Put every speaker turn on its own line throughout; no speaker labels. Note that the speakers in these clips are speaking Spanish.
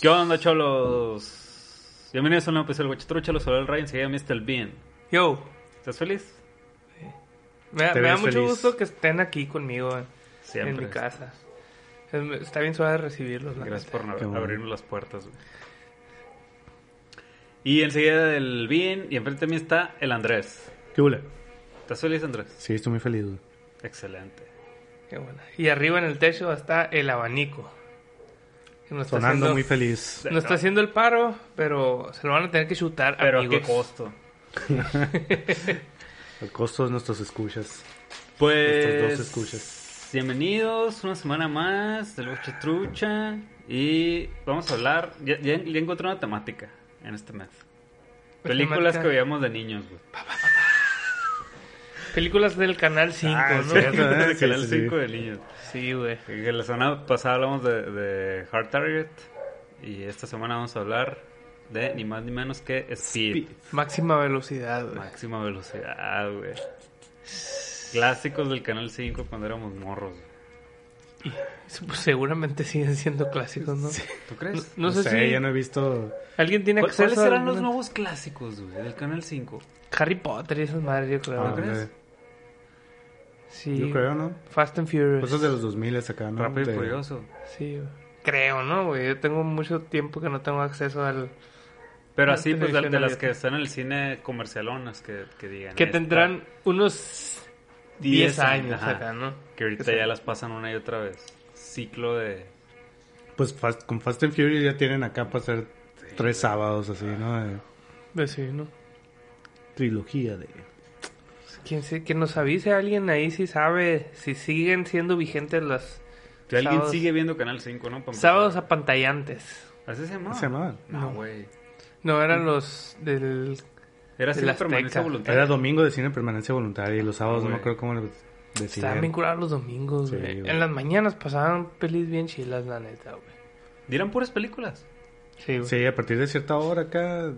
¿Qué onda, cholos? Bienvenidos a un nuevo episodio del Guachatrucha, los el Ryan, seguida Mr. Bean.
Yo,
¿Estás feliz?
me,
Te
me da
ves
mucho
feliz.
gusto que estén aquí conmigo en-
Siempre.
en mi casa. Es- Está bien suave recibirlos. la
Gracias
neta.
por
Qué bueno.
abrirnos las puertas. güey. Y enseguida del Bean, y enfrente de mí está el Andrés.
¿Qué huele?
¿Estás feliz, Andrés?
Sí, estoy muy feliz, güey.
Excelente.
Qué buena. Y arriba en el techo está el abanico. Que nos está
Sonando
haciendo-
muy feliz.
Nos está haciendo el paro, pero se lo van a tener que chutar.
Pero a
amigos.
qué costo.
El costo de nuestros escuchas.
Pues.
Estos dos escuchas.
Bienvenidos una semana más del Guachatrucha. Y vamos a hablar. Ya, ya, ya encontré una temática en este mes.
Pues,
Películas
temática-
que veíamos de niños, güey.
Películas del canal 5,
Ah,
¿no?
sí, es
Películas de
Sí,
Canal
sí, sí.
5 de niños.
Sí, güey.
Que La semana pasada hablamos de, de Hard Target y esta semana vamos a hablar de ni más ni menos que Speed.
Máxima velocidad, güey.
Máxima velocidad, güey. Clásicos del Canal 5 cuando éramos morros. güey.
Pues Seguramente siguen siendo clásicos, ¿no?
¿Tú
No,
crees?
no sé si
ya no he visto.
alguien tiene
¿Cuál-
acceso
¿Cuáles
a
serán los
alguna-
nuevos clásicos, güey, del Canal 5?
Harry Potter y esas madres, yo creo.
¿No
Ah,
crees?
güey.
Sí.
Yo creo, ¿no?
Fast and Furious.
Cosas de los 2000 acá, ¿no?
Rápido
De-
y Furioso.
Sí, güey. creo, ¿no, güey? Yo tengo mucho tiempo que no tengo acceso al...
Pero
No,
así, pues, de,
televisión
de las
abierta.
que están en el cine comercialonas que, que digan.
Que
esta,
tendrán unos 10 años
ajá,
acá, ¿no?
Que ahorita ya las pasan una y otra vez. Ciclo de...
Pues Fast- con Fast and Furious ya tienen acá para hacer tres sábados así, ¿no? De
Pues sí, ¿no?
trilogía de.
Pues, ¿Quién se- que nos avise alguien ahí si sabe si siguen siendo vigentes los
Si alguien
Sábados.
sigue viendo Canal 5, ¿no? Pa' empezar.
sábados apantallantes.
¿Así se llamaba?
¿Cómo se llamaban?
No,
No.
güey.
No, eran los del...
Era
De
así
la
permanencia
Azteca.
voluntaria.
Era domingo de cine permanencia voluntaria y los sábados no me
Güey.
acuerdo cómo le
Estaban bien
decían.
curados los domingos,
Sí,
güey.
güey.
En las mañanas pasaban pelis bien chilas, la neta, güey.
Dieron puras películas.
Sí, güey.
Sí, a partir de cierta hora acá,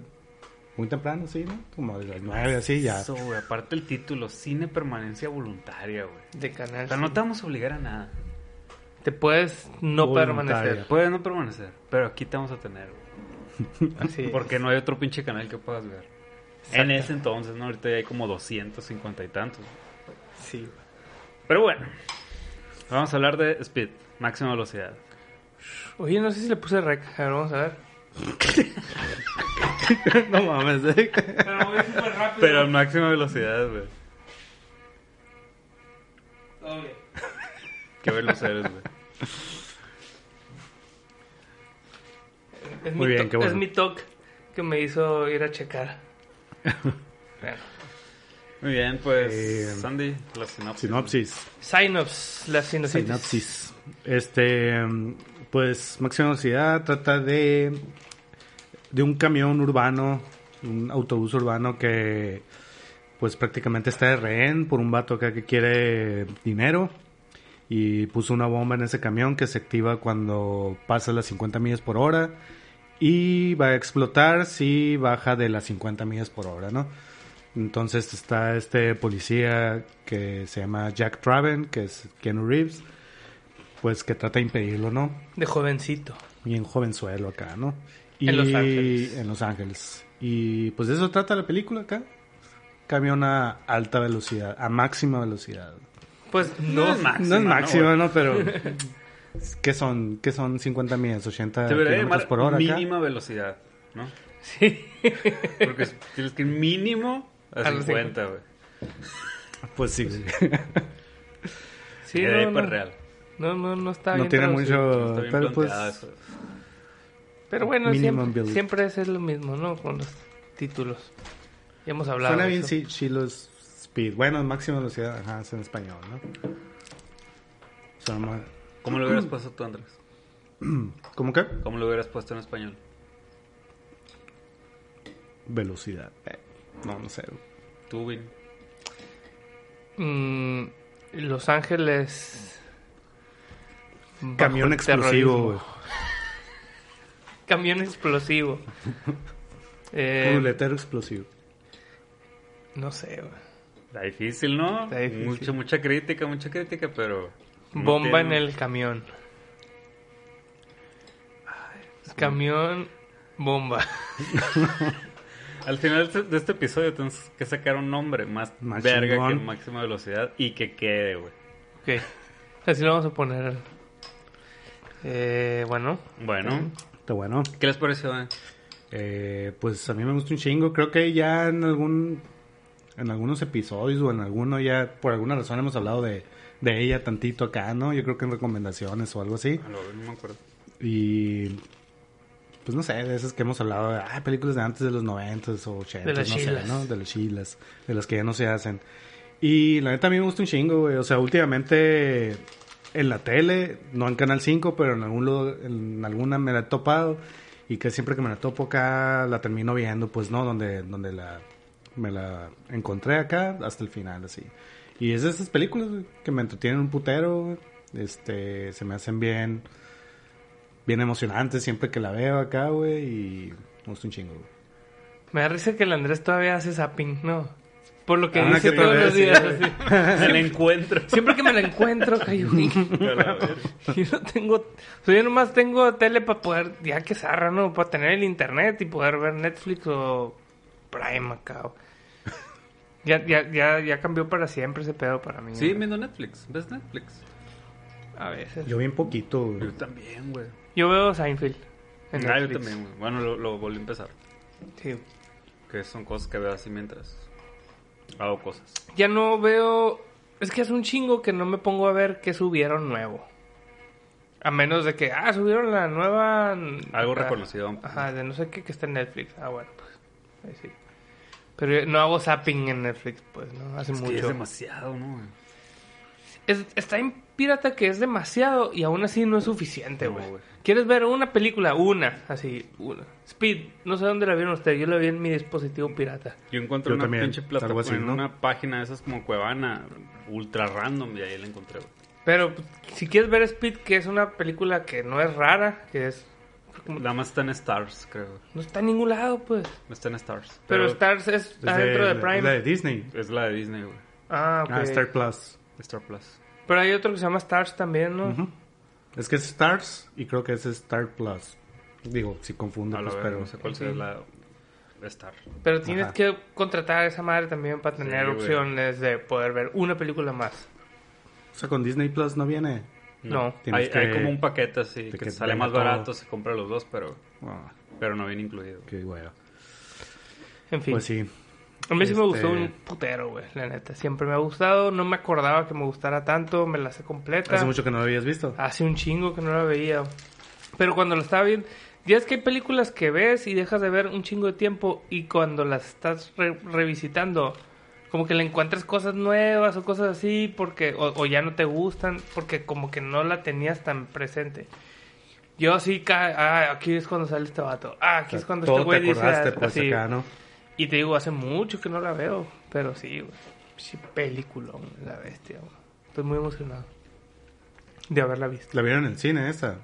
muy temprano, sí, ¿no? Como de las 9, así ya.
Eso, güey. Aparte el título, cine permanencia voluntaria, güey.
De canal.
O sea, no te vamos a obligar a nada.
Te puedes no
Voluntaria.
permanecer.
Puedes no permanecer, pero aquí te vamos a tener, güey.
Así es.
Porque no hay otro pinche canal que puedas ver. En ese entonces, ¿no? Ahorita ya hay como 250 y tantos.
Sí, güey.
Pero bueno. Vamos a hablar de Speed, máxima velocidad.
Oye, no sé si le puse rec. A ver, vamos a ver.
no mames, ¿eh?
Pero voy súper rápido.
Pero en máxima velocidad, güey. Qué veloz eres, güey.
Es
Muy
mi
bien,
to-
qué bueno.
Es mi toque que me hizo ir a checar. bueno.
Muy bien, pues,
Eh,
Sandy, la sinopsis.
Sinopsis.
Synops, la sinopsis.
Sinapsis. Este, mm, pues máxima velocidad trata de de un camión urbano, un autobús urbano que pues prácticamente está de rehén por un vato acá que quiere dinero y puso una bomba en ese camión que se activa cuando pasa las 50 millas por hora y va a explotar si baja de las 50 millas por hora, ¿no? Entonces está este policía que se llama Jack Traven, que es Keanu Reeves, pues que trata de impedirlo, ¿no?
De jovencito.
Bien jovenzuelo acá, ¿no?
En Los Ángeles.
En Los Ángeles. Y pues de eso trata la película acá. Camión a alta velocidad, a máxima velocidad.
Pues
No
no.
es máxima,
no es
¿no,
máxima,
güey?
¿no? Pero... ¿Qué son? ¿Qué son 50 millas?
Debería
¿80 Ah, kilómetros
llamar
por hora acá?
mínima velocidad, ¿no?
Sí.
Porque es- tienes que ir mínimo a,
A los
50, güey.
Pues sí.
sí
Que de ahí para
no, no.
pues, real.
no, no, no está
No
bien
tiene
traducido.
mucho...
Está bien
Pero pues...
planteado eso.
Pero bueno,
Minimum
siempre,
build.
siempre es lo mismo, ¿no? Con los títulos. Ya hemos hablado.
Suena
de
bien
eso.
si, Chilos Speed. Bueno, máxima velocidad, ajá, es en español, ¿no? Suena más...
¿Cómo lo hubieras puesto tú, Andrés?
¿Cómo qué?
¿Cómo lo hubieras puesto en español?
Velocidad. Eh, No, no sé.
Tú, Vin.
Mm, Los Ángeles. bajo
Camión
el
explosivo,
terrorismo.
güey.
Camión explosivo. Eh,
Ruletero explosivo.
no sé, güey.
Está difícil, ¿no?
Está difícil.
Mucha, mucha crítica, mucha crítica, pero... no
Bomba en
tiene-
el camión.
pues
Camión bomba.
Al final de este episodio tienes que sacar un nombre más,
Más
verga
chingón.
que máxima velocidad y que quede, güey.
Ok. Así lo vamos a poner. Eh, bueno.
Bueno,
Está bueno.
¿qué les pareció? eh?
Eh, pues a mí me gusta un chingo. Creo que ya en algún. En algunos episodios o en alguno ya, por alguna razón, hemos hablado de, de ella tantito acá, ¿no? Yo creo que en recomendaciones o algo así.
A lo mejor Ah, No me acuerdo.
Y. Pues no sé, de esas que hemos hablado de ah, películas de antes de los 90 o 80
De las
no sé,
chilas.
¿no? De las chilas, de las que ya no se hacen. Y la neta a mí me gusta un chingo, güey. O sea, últimamente en la tele, no en Canal 5, pero en algún lu- en alguna me la he topado. Y que siempre que me la topo acá, la termino viendo, pues no, donde, donde la me la encontré acá hasta el final, así. Y es de esas películas güey, que me entretienen un putero, güey. este, se me hacen bien, bien emocionantes siempre que la veo acá, güey, y me gusta un chingo, güey.
Me da risa que el Andrés todavía hace zapping, ¿no? Por lo que
Ah,
dice
que
todos
otra
los
vez,
días.
sí.
así.
El encuentro.
Siempre que me la encuentro, cae un-
A la verga.
Yo no tengo. o sea, yo nomás tengo tele para poder. Ya que zarra, ¿no? Para tener el internet y poder ver Netflix o Prime acá. o- Ya, ya, ya, ya cambió para siempre ese pedo para mí.
Sí,
güey.
viendo Netflix. ¿Ves Netflix?
A veces.
Yo bien poquito, güey.
Yo también, güey.
Yo veo Seinfeld. en
Ah, yo
Netflix.
también, güey. Bueno, lo, lo volví a empezar.
Sí.
Que son cosas que veo así mientras hago cosas.
Ya no veo. Es que hace un chingo que no me pongo a ver qué subieron nuevo. A menos de que, ah, subieron la nueva.
Algo
acá.
reconocido.
Ajá, de no sé qué que está en Netflix. Ah, bueno, pues. Ahí sí. Pero yo no hago zapping en Netflix, pues, ¿no? Hace
Es que es
mucho.
demasiado, ¿no? güey?
Es- está en pirata que es demasiado y aún así no es suficiente,
No,
güey.
güey.
¿Quieres ver una película? Una, así, una. Speed, no sé dónde la vieron ustedes, yo la vi en mi dispositivo pirata.
Yo encuentro
Yo
una
también,
pinche plataforma,
algo así,
en
¿no?
una página de esas como Cuevana, ultra random, y ahí la encontré. güey.
Pero pues, si quieres ver Speed, que es una película que no es rara, que es...
La más está en Stars, creo.
No está en ningún lado, pues.
Está en Stars.
Pero, Stars es
Es
adentro de
la-
Prime.
La de Disney.
Es la de Disney, güey.
Ah, ok.
Ah, Star Plus.
Star Plus.
Pero hay otro que se llama Stars también, ¿no?
Ujú. Es que es Stars y creo que es Star Plus. Digo, si confundo,
A la
pues,
verga,
pero...
no sé cuál sea la Star.
Pero tienes
Ajá.
que contratar a esa madre también para tener
güey.
opciones de poder ver una película más.
O sea, con Disney Plus no viene.
No.
Tienes
Hay, hay
que-
como un paquete así que,
que
te sale
venga
más
todo.
barato si compra los dos, pero,
Ah,
pero no viene incluido.
qué hueva.
En fin.
Pues sí.
A mí sí me gustó
Este-
un putero, güey, la neta. Siempre me ha gustado. No me acordaba que me gustara tanto. Me la sé completa.
Hace mucho que no lo habías visto.
Hace un chingo que no la veía. Pero cuando la estaba viendo... Ya es que hay películas que ves y dejas de ver un chingo de tiempo y cuando las estás re- revisitando, como que le encuentras cosas nuevas o cosas así porque o, o ya no te gustan porque como que no la tenías tan presente. Yo sí, ca- ah, aquí es cuando sale este vato. Ah, aquí es cuando
Todo
este güey
te
dice
acordaste, pues,
así.
acá, ¿no?
Y te digo, hace mucho que no la veo, pero sí, güey. Sí, peliculón, la bestia, güey. Estoy muy emocionado de haberla visto.
¿La vieron en el cine esa?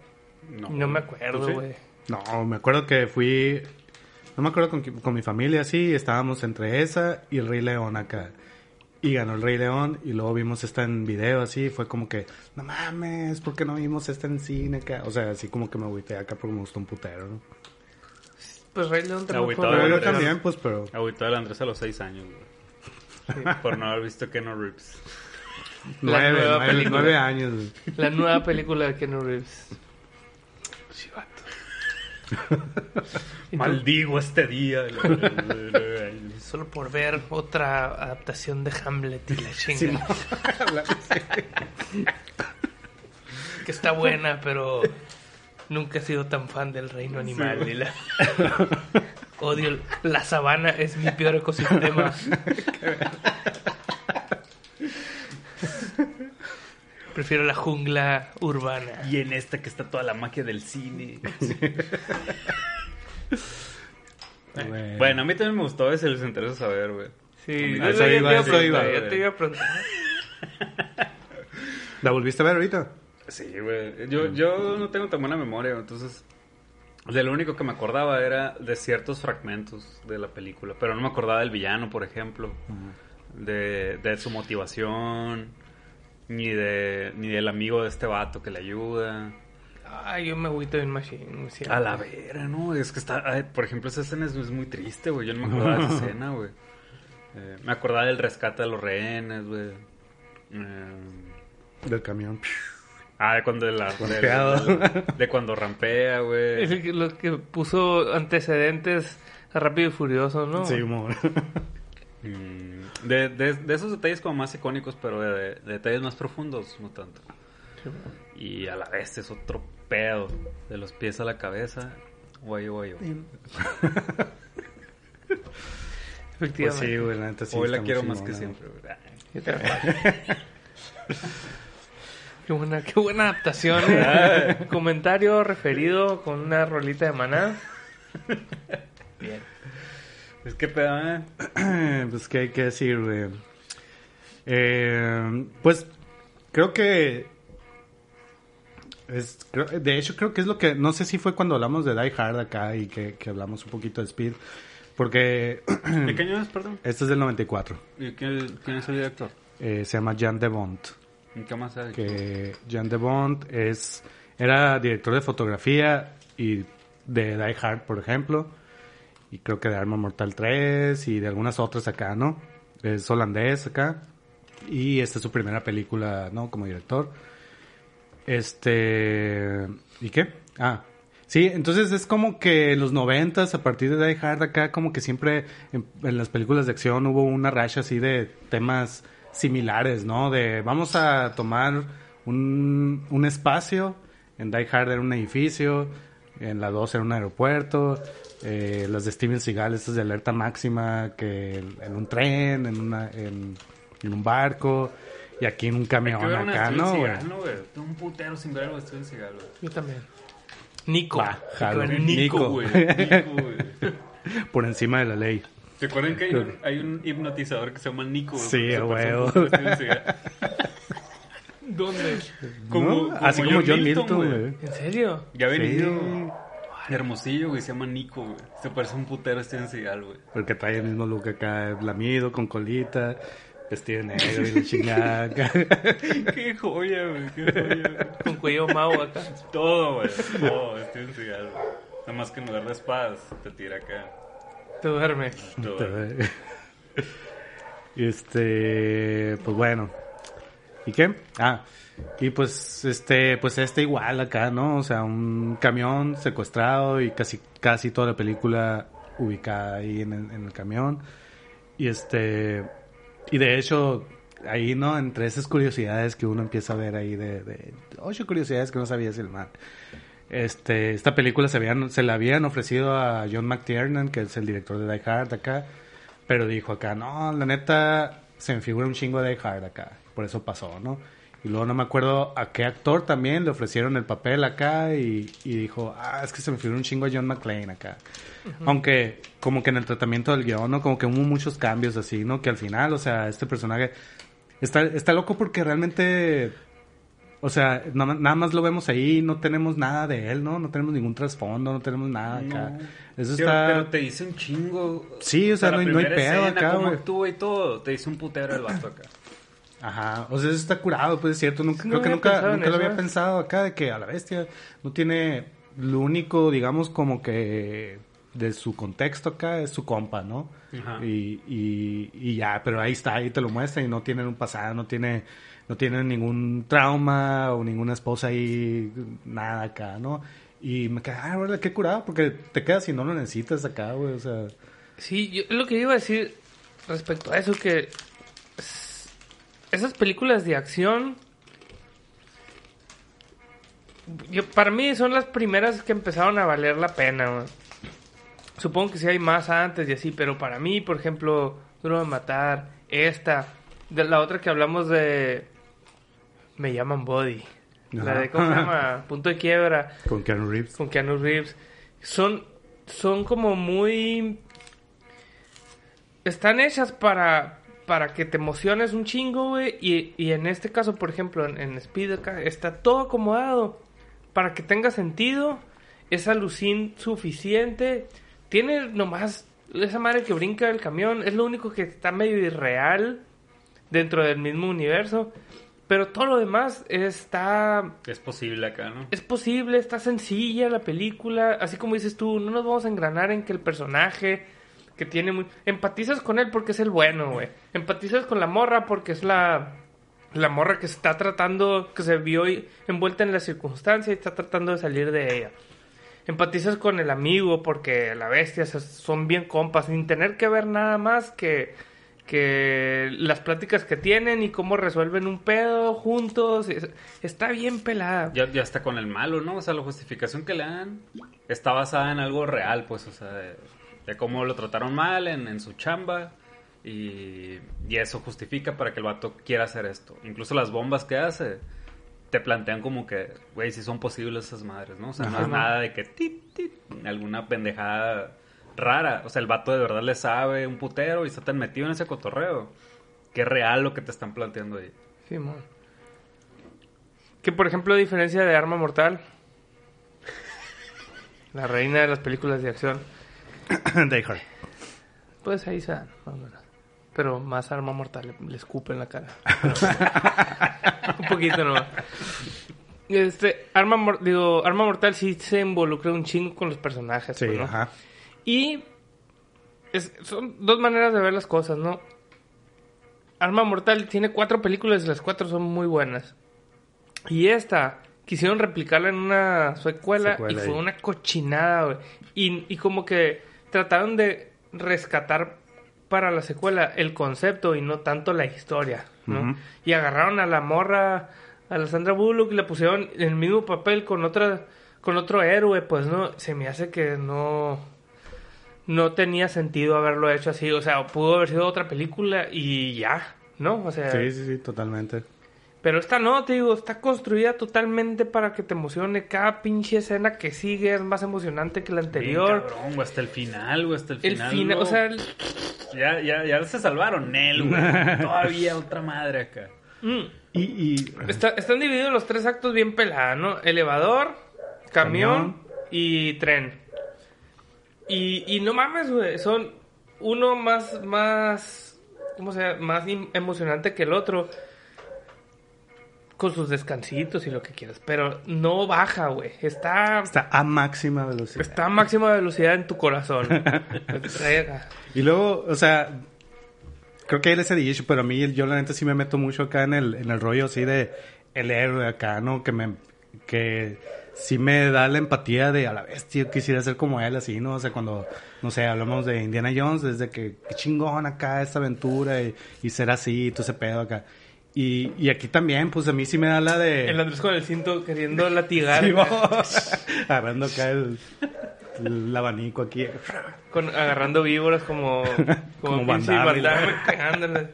No,
No, me acuerdo,
¿Tú sí?
güey.
No, me acuerdo que fui... No me acuerdo con, qui- con mi familia, sí. Estábamos entre esa y el Rey León acá. Y ganó el Rey León. Y luego vimos esta en video, así. Fue como que... No mames, ¿por qué no vimos esta en cine acá? O sea, así como que me agüité acá porque me gustó un putero, ¿no?
Pues Rey León
Ah,
también
güey,
fue-
todavía
Pero yo
Andrés.
también, pues, pero...
Agüitó al Andrés a los 6 años, güey. Por no haber visto Ken Rips.
Nueve,
nueva
nueve,
película.
nueve años. güey.
La nueva película de Keanu Reeves. Chivato. ¿Y tú?
Maldigo este día. Yo
Solo por ver otra adaptación de Hamlet y la chinga. que está buena, pero nunca he sido tan fan del reino animal. y la- Odio. La sabana es mi peor ecosistema. Prefiero la jungla urbana.
Y en esta que está toda la magia del cine.
Güey.
Eh, Bueno, a mí también me gustó ese, les interesa saber, güey.
Sí,
Ah, eso
ya
iba,
te
eso
iba a
iba.
preguntar, ya te iba a preguntar.
¿La volviste a ver ahorita?
Sí, güey. Yo, yo no tengo tan buena memoria, güey, entonces... De lo único que me acordaba era de ciertos fragmentos de la película, pero no me acordaba del villano, por ejemplo, de, de su motivación, ni de ni del amigo de este vato que le ayuda.
Ay, yo me agüito bien machine. sí.
A la vera, ¿no? Es que está. ay, por ejemplo, esa escena es, es muy triste, güey. Yo no me acordaba de esa escena, güey. Eh, me acordaba del rescate de los rehenes, güey. Eh,
Del camión.
ah, de cuando la. de-
Rampeado.
De, de cuando rampea,
Es
güey.
el que, lo que puso antecedentes a Rápido y Furioso, ¿no?
Sí, humor.
Mm, De, de- de esos detalles como más icónicos, pero de, de detalles más profundos, no tanto.
Sí.
Y a la vez es otro pedo. De los pies a la cabeza. Guayo, guayo.
Pues
Efectivamente.
sí, güey, la neta sí.
Hoy la
está muy
quiero más que
chingona,
siempre, güey. Ah,
Yo también. qué, buena, qué buena adaptación. ¿eh? Comentario referido con una rolita de maná. Bien.
Es que pedo, ¿eh?
pues qué hay que decir, güey. Eh, pues creo que es, creo- de hecho creo que es lo que no sé si fue cuando hablamos de Die Hard acá y que, que hablamos un poquito de Speed porque
¿De qué año es, perdón?
este es del 94
¿Y quién, quién es el director?
eh, se llama Jan de Bont
¿Y qué más hay?
que Jan de Bont es era director de fotografía y de Die Hard, por ejemplo, y creo que de Arma Mortal 3 y de algunas otras acá, ¿no? Es holandés acá y esta es su primera película, ¿no? Como director. Este, ¿y qué? Ah, sí, entonces es como que en los noventas, a partir de Die Hard acá, como que siempre en, en las películas de acción hubo una racha así de temas similares, ¿no? De vamos a tomar un, un espacio, en Die Hard era un edificio, en la 2 era un aeropuerto, eh, las de Steven Seagal, estas de alerta máxima, que en un tren, en, una, en, en un barco, y aquí en un camión
Yo era una
acá,
Steven
¿no? güey?
Seagal, ¿no, güey? Tengo un putero sin ver algo de Steven Seagal, güey.
Yo también. Nico.
Va, jalo.
Nico,
Nico,
Nico.
güey. Nico, güey.
por encima de la ley.
¿Se acuerdan que hay un, hay un hipnotizador que se llama Nico, güey?
Sí,
Se parece un
huevo.
poco a Steven Seagal.
¿Dónde?
Como-
¿No? Así como John Milton, güey.
¿En serio?
Ya ha venido
Sí.
a Hermosillo, güey. Se llama Nico, güey. Se parece un putero a Steven Seagal, güey.
Porque trae el mismo look acá, blamido, con colita, vestido de negro y la chingada. acá.
Qué joya, güey. Qué joya, güey.
Con cuello mau acá.
Todo, güey. Todo, Steven Seagal, güey. Nada más que en lugar de espadas, te tira acá.
Te duerme.
Todo.
eh, este, pues bueno. ¿Y qué? Ah, y pues este, pues este igual acá, ¿no? O sea, un camión secuestrado y casi, casi toda la película ubicada ahí en el, en el camión. Y este, y de hecho, ahí, ¿no? Entre esas curiosidades que uno empieza a ver ahí de, de ocho curiosidades que no sabías el mar. Este, esta película se, habían, se la habían ofrecido a John McTiernan, que es el director de Die Hard acá, pero dijo acá, no, la neta, se me figura un chingo de Die Hard acá, por eso pasó, ¿no? Y luego no me acuerdo a qué actor también le ofrecieron el papel acá y, y dijo, ah, es que se me figura un chingo a John McClane acá. Aunque como que en el tratamiento del guión, ¿no? Como que hubo muchos cambios así, ¿no? Que al final, o sea, este personaje está, está loco porque realmente o sea, na- nada más lo vemos ahí, no tenemos nada de él, ¿no? No tenemos ningún trasfondo, no tenemos nada acá.
No.
Eso
Pero-
está...
Pero te dice un chingo.
Sí, o sea,
la
no hay- no hay
primera
pedo acá,
cómo
güey.
actúa y todo. Te dice un putero el vato acá.
Ajá, o sea, eso está curado, pues es cierto. Nunca,
No
creo que
había
nunca,
pensado en
nunca lo
eso,
había
¿eh?
pensado acá de que a la bestia no tiene lo único, digamos, como que de su contexto acá es su compa, ¿no?
Ajá.
Y, y, y ya, pero ahí está, ahí te lo muestra y no tienen un pasado, no tiene no tienen ningún trauma o ninguna esposa ahí, nada acá, ¿no? Y me queda, ah, ¿verdad? Qué curado, porque te quedas si no lo necesitas acá, güey, o sea.
Sí, yo, lo que iba a decir respecto a eso, que s- esas películas de acción, yo, para mí son las primeras que empezaron a valer la pena. güey. Supongo que sí hay más antes y así, pero para mí, por ejemplo, Duro de Matar, esta, de la otra que hablamos de Me llaman Body, la
Ajá.
de, ¿cómo se llama? Punto de quiebra
Con Keanu Reeves.
con Keanu Reeves son son como muy están hechas para para que te emociones un chingo güey y, y en este caso por ejemplo en, en Speed acá está todo acomodado para que tenga sentido es alucin suficiente tiene nomás esa madre que brinca del camión es lo único que está medio irreal dentro del mismo universo Pero todo lo demás está
Es posible acá, ¿no?
es posible, está sencilla la película, así como dices tú, no nos vamos a engranar en que el personaje que tiene muy... Empatizas con él porque es el bueno, güey. Empatizas con la morra porque es la... La morra que está tratando, que se vio y- envuelta en la circunstancia y está tratando de salir de ella. Empatizas con el amigo porque la bestia se- son bien compas, sin tener que ver nada más que, que las pláticas que tienen y cómo resuelven un pedo juntos. Es- Está bien pelada.
Ya, ya está con el malo, ¿no? O sea, la justificación que le dan está basada en algo real, pues, o sea, de, de cómo lo trataron mal en, en su chamba. Y, y eso justifica para que el vato quiera hacer esto. Incluso las bombas que hace te plantean como que, güey, si son posibles esas madres, ¿no? O sea, no
Ajá.
es nada de que tit, tit, alguna pendejada rara. O sea, el vato de verdad le sabe un putero y está tan metido en ese cotorreo que es real lo que te están planteando ahí.
Simón. Que por ejemplo, a diferencia de Arma Mortal, la reina de las películas de acción,
Die Hard.
pues ahí se dan, más o menos. Pero más Arma Mortal le, le escupe en la cara. un poquito nomás. Este, Arma, Mor- digo, Arma Mortal sí se involucra un chingo con los personajes.
Sí,
pues, ¿no?
ajá.
Y es- son dos maneras de ver las cosas, ¿no? Arma Mortal tiene cuatro películas y las cuatro son muy buenas. Y esta, quisieron replicarla en una secuela,
Secuela
y fue
ahí.
una cochinada, güey. Y, y como que trataron de rescatar para la secuela el concepto y no tanto la historia, ¿no?
Ujú.
Y agarraron a la morra, a la Sandra Bullock, y la pusieron en el mismo papel con otra, con otro héroe, pues no, se me hace que no, no tenía sentido haberlo hecho así, o sea, pudo haber sido otra película y ya, ¿no? O sea,
Sí, sí, sí, totalmente.
pero esta no, te digo, está construida totalmente para que te emocione. Cada pinche escena que sigue es más emocionante que la
Bien,
anterior.
cabrón, güey, hasta el final, güey, hasta el
El
final.
final,
no.
o sea, el-
ya, ya, ya se salvaron él, güey. Todavía otra madre acá.
mm,
Y, y
está- están divididos los tres actos bien pelados, ¿no? Elevador, camión, y tren. Y, y no mames, güey, son uno más, más, ¿cómo se llama? Más im- emocionante que el otro. Con sus descansitos y lo que quieras, pero no baja, güey. Está...
está a máxima velocidad.
Está a máxima velocidad en tu corazón. Te trae acá.
Y luego, o sea, creo que él es el issue, pero a mí yo la neta sí me meto mucho acá en el, en el rollo así de el héroe acá, ¿no? Que me que sí me da la empatía de a la vez, tío, quisiera ser como él así, ¿no? O sea, cuando, no sé, hablamos de Indiana Jones, desde que qué chingón acá esta aventura y, y ser así, y todo ese pedo acá. Y, y aquí también, pues a mí sí me da la de...
El Andrés con el cinto queriendo latigar.
Sí,
acá,
agarrando acá el, el abanico aquí.
con- agarrando víboras como... Como,
Como
pinche
Van Damme.
Van Damme, pegándole.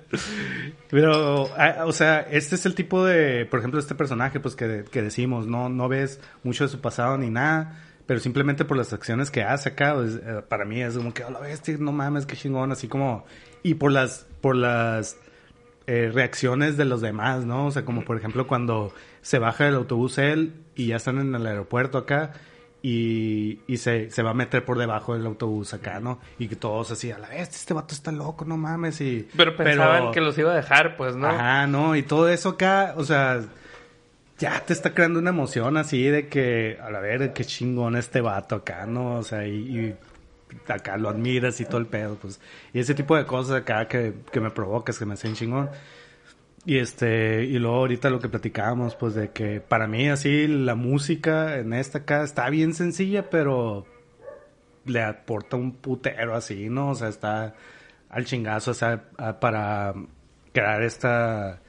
Pero, a- o sea, este es el tipo de, por ejemplo, este personaje, pues que, que decimos, no, no ves mucho de su pasado ni nada, pero simplemente por las acciones que hace acá, pues, eh, para mí es como que, a la bestia, no mames, qué chingón, así como, y por las, por las eh, reacciones de los demás, ¿no? O sea, como por ejemplo cuando se baja del autobús él y ya están en el aeropuerto acá y, y se, se va a meter por debajo del autobús acá, ¿no? Y que todos así, a la bestia, este vato está loco, no mames, y...
Pero pensaban que los iba a dejar, pues, ¿no?
Ajá, no, y todo eso acá, o sea, ya te está creando una emoción así de que, a la ver, qué chingón este vato acá, ¿no? O sea, y, y acá lo admiras y todo el pedo, pues. Y ese tipo de cosas acá que, que me provocas, que me hacen chingón. Y este, y luego ahorita lo que platicábamos, pues de que para mí así la música en esta acá está bien sencilla, pero le aporta un putero así, ¿no? O sea, está al chingazo, o sea, a- para crear esta,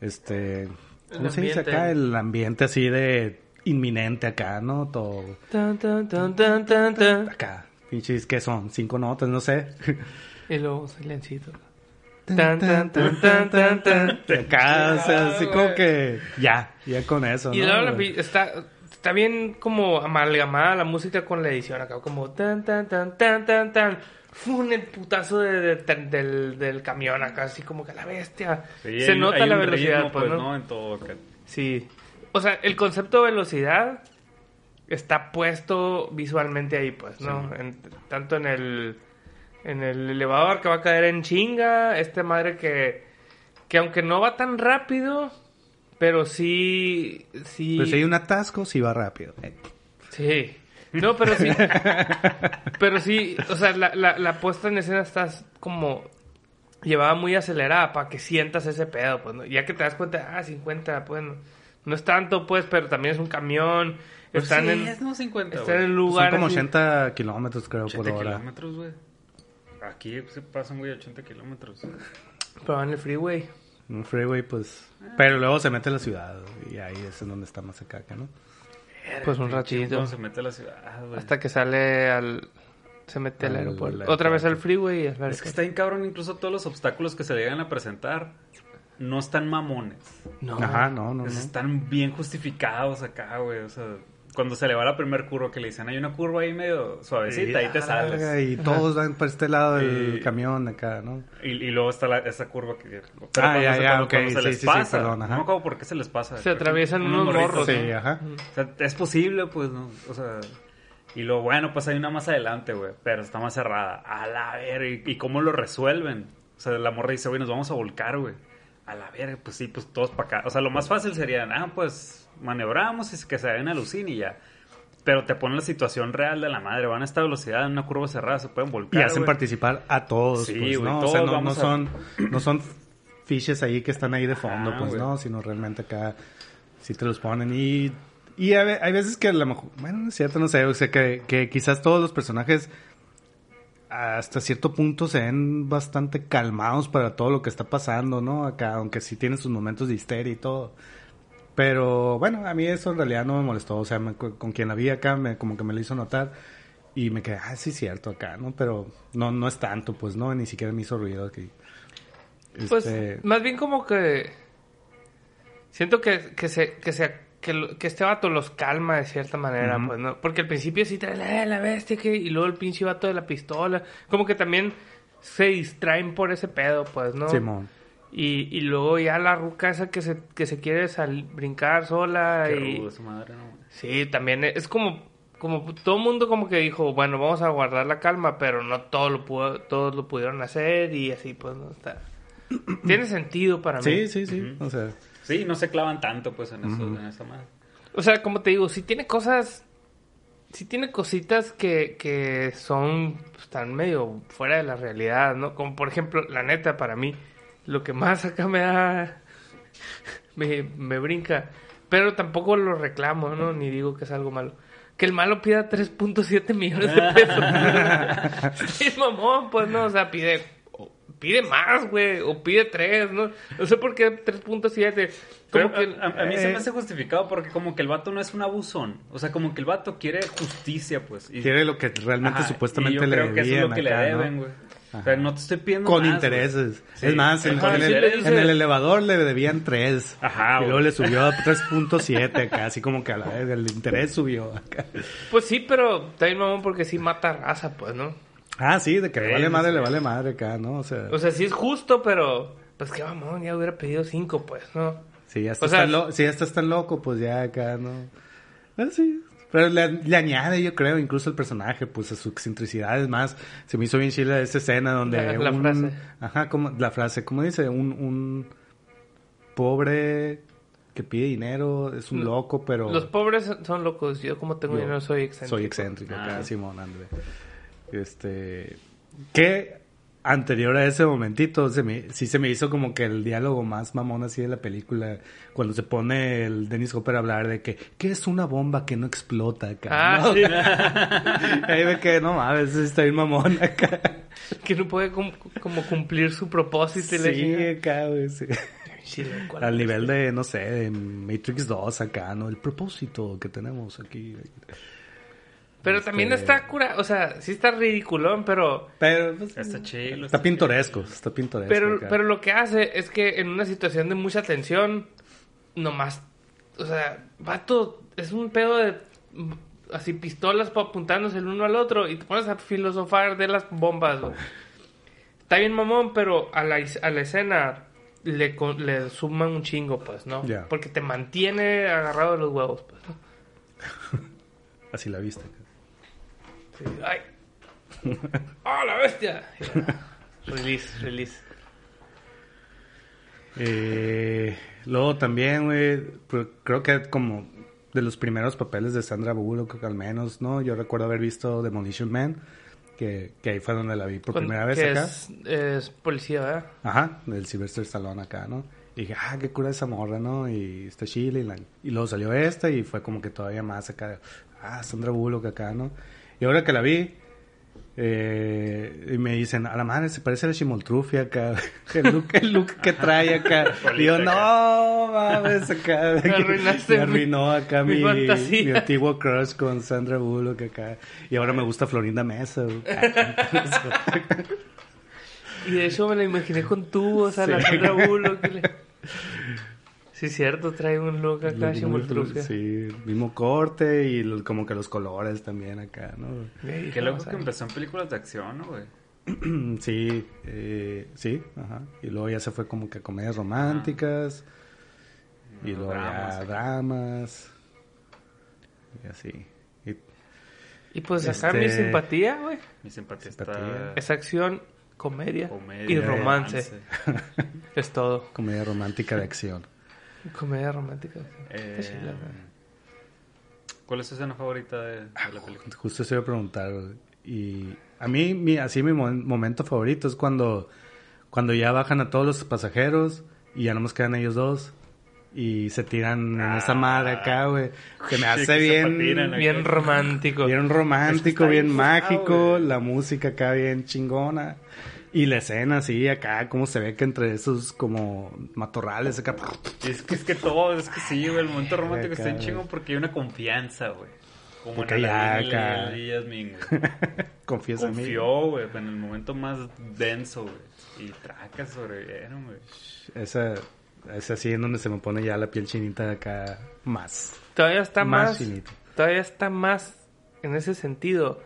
este, ¿cómo
El
se dice
ambiente.
acá? El ambiente así de inminente acá, ¿no? Todo
Tan, tan, tan, tan, tan, tan.
acá. Pinches, ¿qué son? Cinco notas, no sé.
Y luego silencito. Tan, tan, tan, tan, tan, tan.
Acá, o sea, así
Ah,
como
güey.
que ya, ya con eso,
Y
¿no?
luego la pi- está, está bien como amalgamada la música con la edición acá, como tan, tan, tan, tan, tan, tan. Fun el putazo de- de- tan- del, del camión acá, así como que la bestia.
Sí,
Se
hay-
nota
hay
la
un
velocidad,
ritmo,
pues, ¿no?
En todo acá.
Sí. O sea, el concepto de velocidad está puesto visualmente ahí, pues, ¿no? En- tanto en el, en el elevador este que va a caer en chinga, esta madre que, que aunque no va tan rápido, Pero sí, sí.
Pues si hay un atasco, sí va rápido. Eh,
Sí. No, pero sí. pero sí, o sea, la, la, la puesta en escena estás como llevada muy acelerada para que sientas ese pedo, pues, ¿no? Ya que te das cuenta, ah, 50, pues, no, no es tanto, pues, pero también es un camión.
Pero
Están
Pues sí,
en,
es no 50,
están
güey.
en
Son
lugares.
como
así-
80 kilómetros, creo, por
80
hora.
kilómetros, güey. Aquí se pasan, güey, 80 kilómetros.
Pero van en el freeway.
Un freeway, pues.
Ah.
Pero luego se mete a la ciudad y ahí es en donde está más el caca, ¿no?
Pues un ratito.
Cuando se mete a la ciudad, ah, güey.
Hasta que sale al. Se mete al
Al
aeropuerto.
aeropuerto.
Otra vez al freeway y al
Es que está bien cabrón, incluso todos los obstáculos que se le llegan a presentar no están mamones.
No.
Ajá, no, no, no.
Es- Están bien justificados acá, güey. O sea, cuando se le va la primer curva que le dicen, hay una curva ahí medio suavecita, ahí te
Larga,
sales.
Y todos van para este lado del
Y-
camión acá, ¿no?
Y, y luego está la- esa curva que... Pero
Ah,
cuando
ya,
se,
ya,
cuando-
ok,
cuando se
sí,
les
sí, sí,
pasa.
perdón, ajá.
no me acuerdo por qué se les pasa.
Se atraviesan unos morros,
morritos,
¿no?
Sí, ajá.
O sea, es posible, pues, ¿no? O sea, y lo bueno, pues hay una más adelante, güey, pero está más cerrada. A la verga, ¿y, y cómo lo resuelven? O sea, la morra dice, güey, nos vamos a volcar, güey. A la verga, pues sí, pues todos para acá. O sea, lo más fácil sería, ah, pues maniobramos y que se den a lucín y ya. Pero te ponen la situación real de la madre, van a esta velocidad en una curva cerrada, se pueden
Y
volcar.
hacen
güey.
participar a todos,
Sí,
pues,
güey,
¿no?
todos
o sea, no, no
vamos a-
son, no son fiches ahí que están ahí de fondo,
Ajá,
pues,
Ah, güey.
¿no? Sino realmente acá sí te los ponen y... Y a ve- hay veces que a lo mejor... Bueno, no es cierto, no sé. O sea, que, que quizás todos los personajes hasta cierto punto se ven bastante calmados para todo lo que está pasando, ¿no? Acá, aunque sí tienen sus momentos de histeria y todo. Pero bueno, a mí eso en realidad no me molestó. O sea, me- con quien la vi acá, me, como que me lo hizo notar. Y me quedé, ah, sí, cierto, acá, ¿no? Pero no, no es tanto, pues, ¿no? Ni siquiera me hizo ruido aquí.
Pues
Este,
más bien como que siento que, que se que se que, lo- que este vato los calma de cierta manera,
Ujú.
pues no, porque al principio sí traen "Eh, la bestia que y luego el pinche vato de la pistola, como que también se distraen por ese pedo, pues, ¿no?
Simón.
Y, y luego ya la ruca esa que se, que se quiere sal- brincar sola
Qué
y
rudo esa madre, no, güey.
sí, también es como como todo mundo como que dijo, bueno, vamos a guardar la calma, pero no todo lo pudo, todos lo pudieron hacer y así pues no está. Tiene sentido para mí.
Sí, sí, sí. O sea,
Sí, no se clavan tanto, pues, en, eso, en esa madre.
O sea, como te digo, sí tiene cosas. Sí tiene cositas que, que son. pues, Están medio fuera de la realidad, ¿no? Como por ejemplo, la neta, para mí, lo que más acá me da. Me, me brinca. Pero tampoco lo reclamo, ¿no? Ni digo que es algo malo. Que el malo pida 3.7 millones de pesos. sí, es mamón, pues no, o sea, pide. o Pide más, güey, o pide 3, ¿no? No sé por qué 3.7.
Pero
Como que.
a, a- a mí se
eh.
me hace justificado porque como que el vato no es un abusón. O sea, como que el vato quiere justicia, pues. Y,
quiere lo que realmente
Ajá, y
supuestamente
yo
le
creo que eso es lo
debían
que
acá,
le
¿no?
deben, güey. O sea, no te estoy pidiendo
Con
más,
intereses.
güey. Sí.
Es más, en,
Ajá,
en
sí
el,
le
dice-
en el elevador le debían 3.
Ajá,
Y
güey.
luego le subió a 3.7 acá, así como que a la verga, el interés subió acá.
Pues sí, pero también mamón porque sí mata raza, pues, ¿no?
Ah, sí, de que le
Sí,
vale madre,
sí.
le vale madre acá, ¿no? O sea,
O sea, sí es justo, pero pues qué mamón, ya hubiera pedido cinco, pues, ¿no?
si ya estás,
o sea-
tan, lo- si ya estás tan loco, pues ya acá, ¿no? Ah, sí. Pero le, le añade, yo creo, incluso el personaje, pues a su excentricidad. Es más, se me hizo bien chila esa escena donde.
La- la
un-
frase.
Ajá, como, la frase, ¿cómo dice? Un, un pobre que pide dinero, es un
Lo-
loco, pero.
Los pobres son locos, yo como tengo
Yo
dinero soy excéntrico.
Soy excéntrico,
Ah.
acá, Simón André. Este. Que anterior a ese momentito, se me, sí se me hizo como que el diálogo más mamón así de la película. Cuando se pone el Dennis Hopper a hablar de que, ¿qué es una bomba que no explota acá?
Ah,
¿no? Ahí ve que, no mames, sí está bien mamón acá.
Que no puede cum- como cumplir su propósito y la
Sí,
chingada.
acá, güey, sí.
Sí, loco,
Al nivel de, no sé, de Matrix 2 acá, ¿no? El propósito que tenemos aquí.
Pero también
este-
está cura, o sea, sí está ridiculón, pero
Pero, pues,
Está chido.
Está pintoresco, está pintoresco.
pero
acá.
pero lo que hace es que en una situación de mucha tensión nomás o sea, vato es un pedo de mm, así pistolas pa- apuntándose el uno al otro y te pones a filosofar de las bombas. güey. Está bien mamón, pero a la, is- a la escena le, co- le suman un chingo, pues, ¿no?
Ya.
Porque te mantiene agarrado de los huevos, pues, ¿no?
Así la viste. acá.
Sí, ¡Ay! ¡Ah, la bestia! Release, release.
Eh, Luego también, güey, pr- creo que como de los primeros papeles de Sandra Bullock, al menos, ¿no? Yo recuerdo haber visto Demolition Man, que, que ahí fue donde la vi por
Con-
primera vez
que
acá.
Es, es policía, ¿verdad?
Ajá, del Sylvester Stallone acá, ¿no? Y dije, ah, qué cura esa morra, ¿no? Y está chile. Y, la- y luego salió esta y fue como que todavía más acá. Ah, Sandra Bullock acá, ¿no? Y ahora que la vi, eh, y me dicen, a la madre, se parece a la Chimoltrufia acá. El look, el look que trae acá. Y yo,
Solita
no, mames, acá.
Me arruinaste
Me arruinó acá
mi
mi,
fantasía.
mi antiguo crush con Sandra Bullock acá. Y ahora me gusta Florinda Mesa. güey.
Y de hecho me la imaginé con tubos, o sea, la
Sí.
Sandra Bullock. que le- Sí, cierto, trae un look acá,
Los
Chimoltrufia.
mismos- Sí, mismo corte y los- como que los colores también acá, ¿no?
Ey,
Qué loco
o sea,
que empezó en películas de acción, ¿no, güey?
sí, eh, sí, ajá. Y luego ya se fue como que a comedias románticas. Y
Ah. No,
luego
dramas.
ya dramas. Y así. Y
Y pues acá mi
Este-
simpatía, güey.
Mi simpatía
Simpatía.
está...
Es acción, comedia,
comedia,
y romance. Es todo.
comedia romántica de acción.
Comedia romántica.
Eh,
Qué chila, güey.
¿Cuál es tu escena favorita de, de la película?
Justo se iba a preguntar. güey. Y a mí, mi- así mi mo- momento favorito es cuando, cuando ya bajan a todos los pasajeros y ya nomás quedan ellos dos. Y se tiran en esa madre acá, güey. Que me
Ah. Sí,
hace
que se
bien.
patinan acá.
Bien romántico.
Bien romántico,
Está
bien
bien
mágico,
curado, güey.
la música acá bien chingona. Y la escena así acá, como se ve que entre esos como matorrales acá.
Es que, es que todo, es que sí, güey. El momento romántico está en
Acá.
chingo porque hay una confianza, güey. Como
Porque
en
ya,
Aladín y
acá.
el Yasmín, güey.
Confiesa en mí.
Confió, güey, en el momento más denso, güey. Y tracas sobrevivieron, güey.
Esa, es así en donde se me pone ya la piel chinita acá más.
Todavía está
más
más.
finito.
todavía está más en ese sentido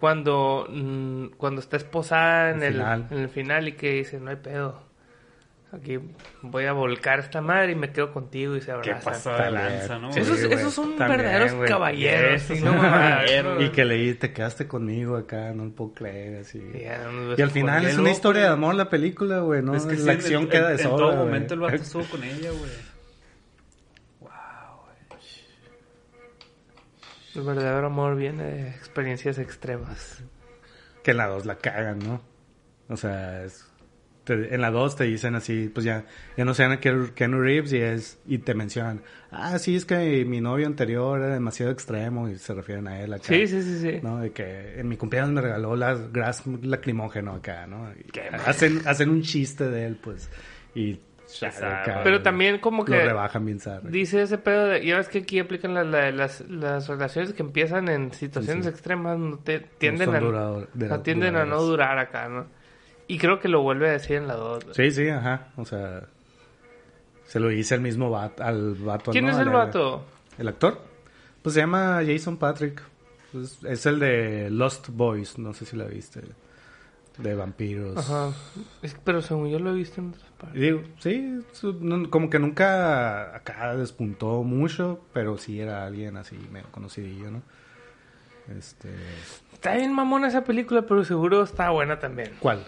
cuando mm, cuando está esposada en
El
el,
final.
en el final y que dice no hay pedo aquí voy a volcar esta madre y me quedo contigo y se
¿Qué
abrazan
pasó de
la
lanza, no?
verga.
güey?
esos,
Sí, güey,
esos son
también,
verdaderos
güey.
caballeros
Esos
y
son
no mamadas,
caballeros.
¿no?
Y que leí, te quedaste conmigo acá, no lo puedo creer, así.
Y ya,
Y al final
Qué
es
loco,
una historia de
güey.
amor la película, güey, ¿no?
Es que sí,
la
en-
acción
en-
queda de
En
sobra,
todo
güey.
momento el vato estuvo con ella, güey. Wow, güey.
el verdadero amor viene de experiencias extremas
que en la 2 la cagan, ¿no? O sea, es- te- en la 2 te dicen así, pues ya, ya no sean a Ken Keanu Reeves y es, y te mencionan, ah, sí, es que mi novio anterior era demasiado extremo y se refieren a él acá.
sí sí sí sí
¿no? De que en mi cumpleaños me regaló las gas lacrimógeno acá, ¿no? Y hacen, hacen un chiste de él, pues, y chale,
Exacto.
pero también como que
lo rebajan bien zarra.
Dice ese pedo de, ya ves que aquí aplican la- la- las, las relaciones que empiezan en situaciones
Sí,
extremas, no te, tienden,
son
a,
durador- de-
no tienden a no
duraderas.
durar acá, ¿no? Y creo que lo vuelve a decir en la 2.
Sí, sí, ajá, o sea, se lo dice el mismo vato, al vato.
¿Quién
pues ¿no?
es
Al-
el vato?
¿El actor? Pues se llama Jason Patrick. Es, es el de Lost Boys, no sé si la viste. De vampiros.
Ajá. Es- pero según yo lo he visto en otras
Y
partes.
digo, sí, su- no- como que nunca acá despuntó mucho, pero sí era alguien así medio conocidillo, ¿no? Este,
Está bien mamona esa película, pero seguro está buena también,
¿Cuál?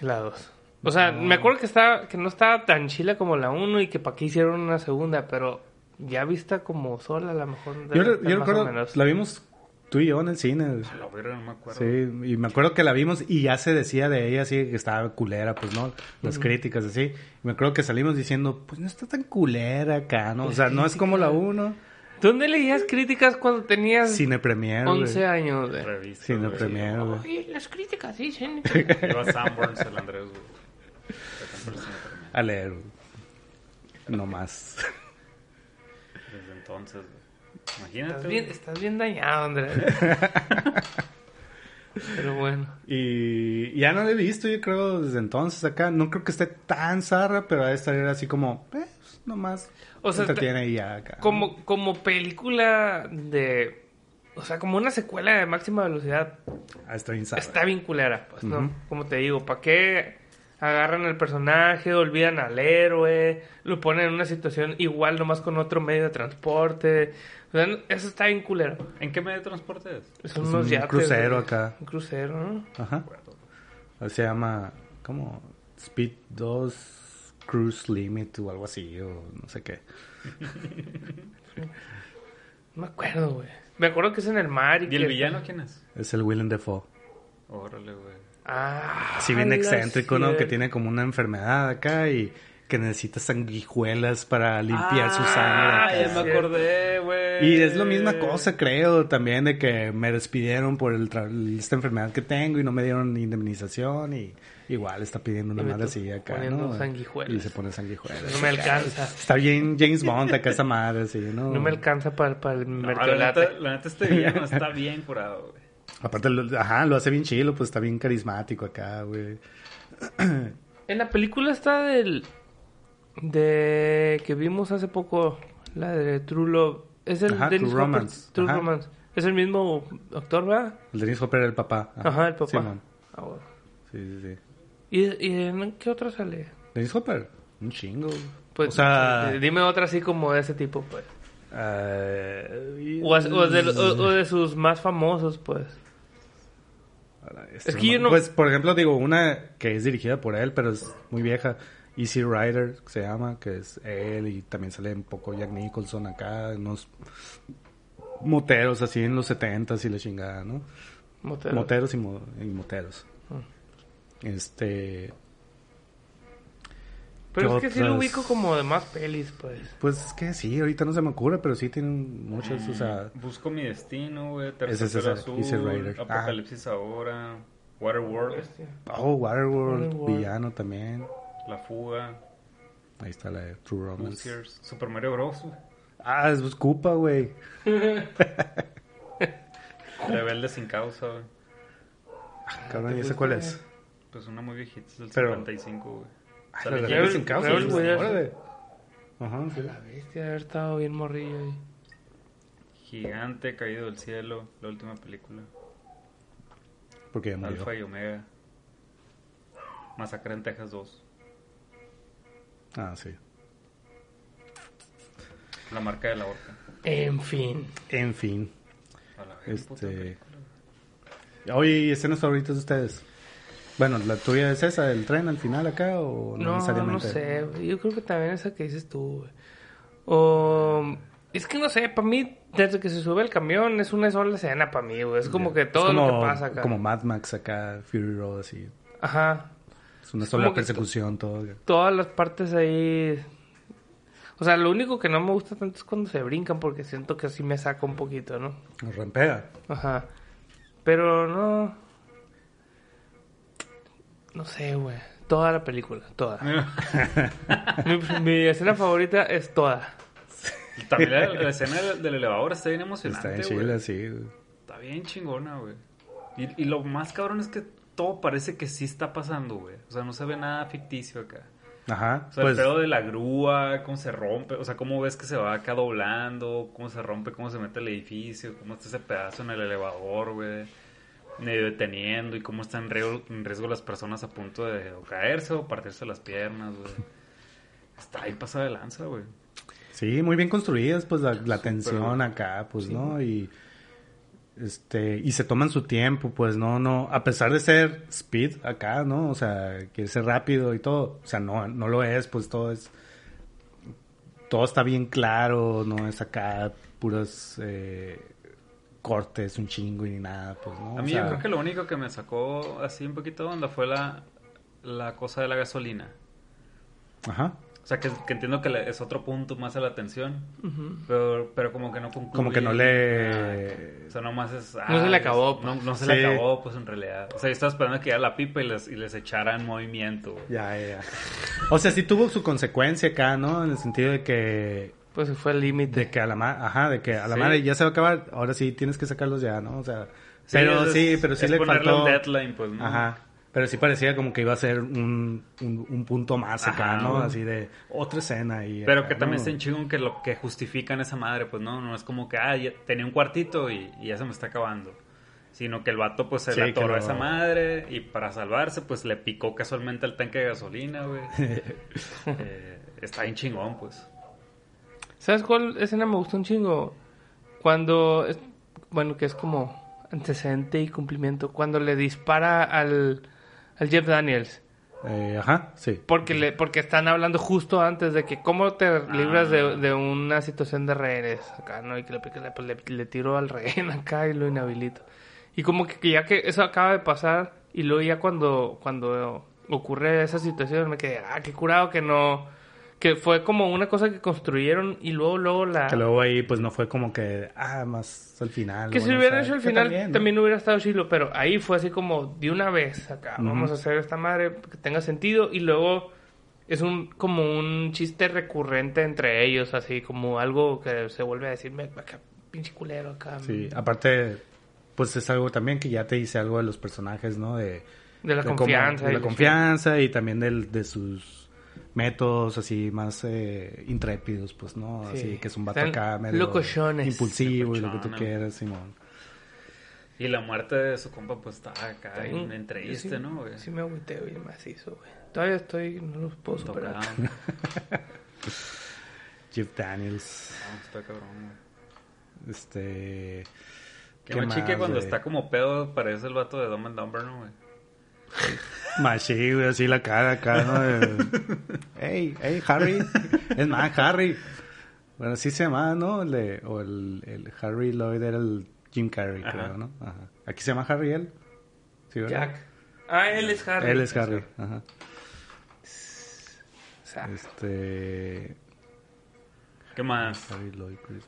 la 2. O sea, me acuerdo que, está, que no estaba tan chila como la 1 y que para qué hicieron una segunda, pero ya vista como sola, a lo mejor. debe
Yo, re-
estar
yo
más o
recuerdo,
menos.
la vimos tú y yo en el cine.
A la verga, no me acuerdo.
Sí, y me acuerdo que la vimos y ya se decía de ella así que estaba culera, pues no, las críticas así. Y me acuerdo que salimos diciendo, pues no está tan culera acá, ¿no? O sea, no es como la uno.
¿Dónde leías críticas cuando tenías
Cine Premier. güey.
11 años, güey.
Revista,
Cine
güey.
Premier, güey.
Oye, las críticas dicen.
Iba a Sanborns, el Andrés, güey. Sacando el cine Premier.
A leer. güey. No más.
Desde entonces, güey. Imagínate,
estás, bien,
güey.
estás bien dañado, Andrés. Pero bueno.
Y ya no la he visto, yo creo, desde entonces acá. No creo que esté tan zarra, pero ha de estar así como, eh, nomás.
O sea,
entretiene y ya acá.
Como, como película de... O sea, como una secuela de máxima velocidad.
Ah, está bien zarra.
Está bien culera, pues, ¿no?
Ujú.
Como te digo, ¿para qué agarran al personaje, olvidan al héroe, lo ponen en una situación igual nomás con otro medio de transporte? O sea, no- eso está bien culero.
¿En qué medio de transporte es?
Son
Es
unos
un
yates,
crucero
güey.
acá.
Un crucero, ¿no?
Ajá. Se llama, ¿cómo? Speed 2 Cruise Limit o algo así, o no sé qué.
No me acuerdo, güey. Me acuerdo que es en el mar y,
¿Y
que-
el villano quién es?
Es el Willem Dafoe.
Órale, güey.
Ah,
Así bien
la
excéntrico, ¿no? Que
cier-
tiene como una enfermedad acá y que necesita sanguijuelas para limpiar su
Ah,
sangre.
ya
acá.
me acordé, güey.
Y es la misma cosa, creo, también de que me despidieron por el tra- esta enfermedad que tengo y no me dieron indemnización y igual está pidiendo una
Y me
madre
estoy
así acá,
poniendo
¿no?
sanguijuelas.
Y se pone sanguijuelas.
No me alcanza.
Está bien James Bond acá esta madre así, ¿no?
No me alcanza para el
No, la, neta,
mercadolate.
la neta, este villano está bien curado, güey.
Aparte, lo, ajá, lo hace bien chilo, pues está bien carismático acá, güey.
En la película está del. de. que vimos hace poco, la de True Love. Es el
Ajá,
Dennis
True
Hopper-
Romance.
True
Ajá.
Romance. Es el mismo actor, ¿verdad?
El Dennis Hopper era el papá.
Ajá, el papá.
Simón.
Ah, bueno.
Sí, sí, sí.
¿Y, y en qué otra sale?
Dennis Hopper, un chingo.
Pues,
o sea,
eh, dime otra así como de ese tipo, pues.
eh,
O, as- o de, o- o de sus más famosos, pues.
Este,
Es que yo no-
Pues, por ejemplo, digo, una que es dirigida por él, pero es muy vieja. Easy Rider, que se llama, que es él y también sale un poco Jack Nicholson acá, unos moteros así en los 70s y la chingada, ¿no?
Motero.
Moteros y, mo- y moteros.
Ah.
Este,
Pero
¿Qué
es que sí lo
otras?
ubico como de más pelis, pues.
pues es que sí, ahorita no se me ocurre, pero sí tienen muchas, Pues, o sea,
Busco mi destino, güey.
Ese es
Tercer
ese,
azul.
Easy Rider. Ah.
Apocalipsis ahora. Waterworld.
oh, Waterworld,
Waterworld.
Villano también.
La fuga.
Ahí está la de True Romance.
Boosters. Super Mario Bros. güey.
Ah, es Cupa, güey.
Rebelde sin causa, güey.
Ah,
Cabrón, ¿y esa cuál es?
Pues una muy viejita, es del
Pero-
55, güey.
Ah,
Sale
la
James-
Rebelde sin causa.
Rebel
sí,
Williams.
órale. Ajá, sí.
La bestia de haber estado bien morrillo ahí.
Gigante, caído del cielo. La última película.
Porque ya murió.
Alfa y Omega. Masacre en Texas 2.
Ah, sí.
La marca de la horca.
En fin.
En fin.
A la vez, puta
Este.
película.
Oye, ¿y escenas favoritas de ustedes? Bueno, ¿la tuya es esa, del tren al final acá o no,
No, no
necesariamente?
sé. güey. Yo creo que también esa que dices tú, güey. O... Es que no sé, para mí, desde que se sube el camión, es una sola escena para mí, güey. Es como que todo
como,
lo que pasa acá.
Como Mad Max acá, Fury Road, así.
Ajá.
Es una
Es
sola
como que
persecución, todo.
Todas las partes ahí... O sea, lo único que no me gusta tanto es cuando se brincan, porque siento que así me saca un poquito, ¿no?
Nos rampea.
Ajá. Pero no... No sé, güey. Toda la película, toda. mi, mi escena favorita es toda.
También la, la escena del, del elevador está bien emocionante,
Está en
güey.
Chile, sí.
Está bien chingona, güey. Y, y lo más cabrón es que todo parece que sí está pasando, güey. O sea, no se ve nada ficticio acá.
Ajá.
O sea,
Pues,
el pedo de la grúa, cómo se rompe, o sea, cómo ves que se va acá doblando, cómo se rompe, cómo se mete el edificio, cómo está ese pedazo en el elevador, güey. Medio deteniendo y cómo están en riesgo, en riesgo las personas a punto de o caerse o partirse las piernas, güey. Está ahí pasada de lanza, güey.
Sí, muy bien construidas, pues la, la tensión acá, pues, ¿no? Y este y se toman su tiempo, pues, no, no, a pesar de ser speed acá, ¿no? O sea, quiere ser rápido y todo, o sea, no no lo es, pues todo es todo está bien claro, no es acá puros eh, cortes, un chingo y nada, pues, ¿no?
A
O
mí
sea,
yo creo que lo único que me sacó así un poquito de onda fue la, la cosa de la gasolina.
ajá.
O sea, que, que entiendo que le- es otro punto más a la atención,
Ujú.
pero, pero como que no concluye.
Como que no le
O sea, nomás es...
No se le acabó,
No,
pues.
no se le
Sí.
acabó, pues, en realidad. O sea, yo estaba esperando que llegara la pipa y les, y les echara en movimiento. güey.
Ya, ya. O sea, sí tuvo su consecuencia acá, ¿no? En el sentido de que
Pues se fue al
De
límite.
que a la ma- ajá, de que a la
Sí.
madre ya se va a acabar, ahora sí tienes que sacarlos ya, ¿no? O sea, pero
es-
sí, pero sí
es
le
ponerle un
faltó.
deadline, pues, ¿no?
Ajá. Pero sí parecía como que iba a ser un, un, un punto más acá,
Ajá,
¿no?
güey.
Así de otra escena ahí.
Pero
acá,
que también
¿no?
está en chingón que lo que justifican esa madre, pues, no, no es como que, ah, ya tenía un cuartito y, y ya se me está acabando. Sino que el vato, pues, se
Sí,
le atoró
que
a
lo-
esa madre y para salvarse, pues, le picó casualmente al tanque de gasolina, güey. Eh, está bien chingón, pues.
¿Sabes cuál escena me gustó un chingo? Cuando, es- bueno, que es como antecedente y cumplimiento, cuando le dispara al, al Jeff Daniels.
Eh, ajá, sí.
Porque, le, porque están hablando justo antes de que cómo te libras
Ah.
de, de una situación de rehenes acá, ¿no? Y que le, pique- le- pues, le- le tiro al rehén acá y lo inhabilito. Y como que que ya que eso acaba de pasar y luego ya cuando, cuando ocurre esa situación me quedé, ah, qué curado que no... Que fue como una cosa que construyeron y luego, luego la...
Que luego ahí pues no fue como que, ah, más al final.
Que
bueno,
si
o
hubiera
sea,
hecho el
que
final, también,
también, ¿no?
hubiera estado chilo, pero ahí fue así como de una vez acá, vamos a hacer esta madre que tenga sentido y luego es un como un chiste recurrente entre ellos, así como algo que se vuelve a decir, "Me- acá, pinche culero acá.
Sí, aparte, pues es algo también que ya te dice algo de los personajes, ¿no? De,
De la
de cómo-
confianza.
de
y
la confianza y también del, de sus métodos así más eh, intrépidos, pues, ¿no?
Sí.
Así que es un vato
Están
acá medio
locochones.
impulsivo y lo que tú
Locochona.
quieras, Simón.
Y la muerte de su compa, pues está acá
Está
bien, bien
bien. Yo sí-
triste, ¿no? güey?
Sí me agüité bien macizo, güey. Todavía estoy, no los puedo superar.
Tocado.
Jeff Daniels.
Ah, está cabrón, güey.
Este.
Que
¿qué
me chique
más,
cuando
güey?
está como pedo, parece el vato de Dumb and Dumber, ¿no, güey?
Machi, güey, así la cara acá, ¿no? De- Ey, hey, Harry. Es más, Harry. Bueno, sí se llamaba, ¿no? El de- o el, el Harry Lloyd era el Jim Carrey,
Ajá.
creo, ¿no? Ajá. Aquí se llama Harry él. Sí, ¿verdad?
Jack. Ah, él es Harry.
Él es Harry. Ajá.
O sea,
Este.
¿Qué más?
Harry Lloyd Chris.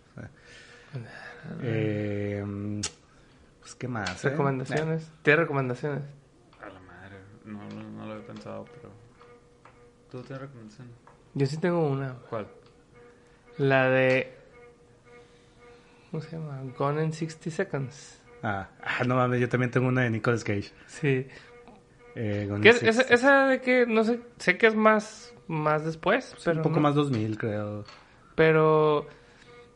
Eh, mm, pues, ¿qué más? eh?
recomendaciones. ¿Tienes recomendaciones?
A la madre, no, no, no lo había pensado, pero... ¿Tú tienes recomendación?
Yo sí tengo una.
¿Cuál?
La de. ¿Cómo se llama? Gone in 60 Seconds.
Ah, ah, no mames, yo también tengo una de Nicolas Cage.
Sí.
Eh, con
Que es-
Six-
esa, esa de que, no sé, sé que es más, más después, pero.
un poco
no-
más 2000, creo.
Pero.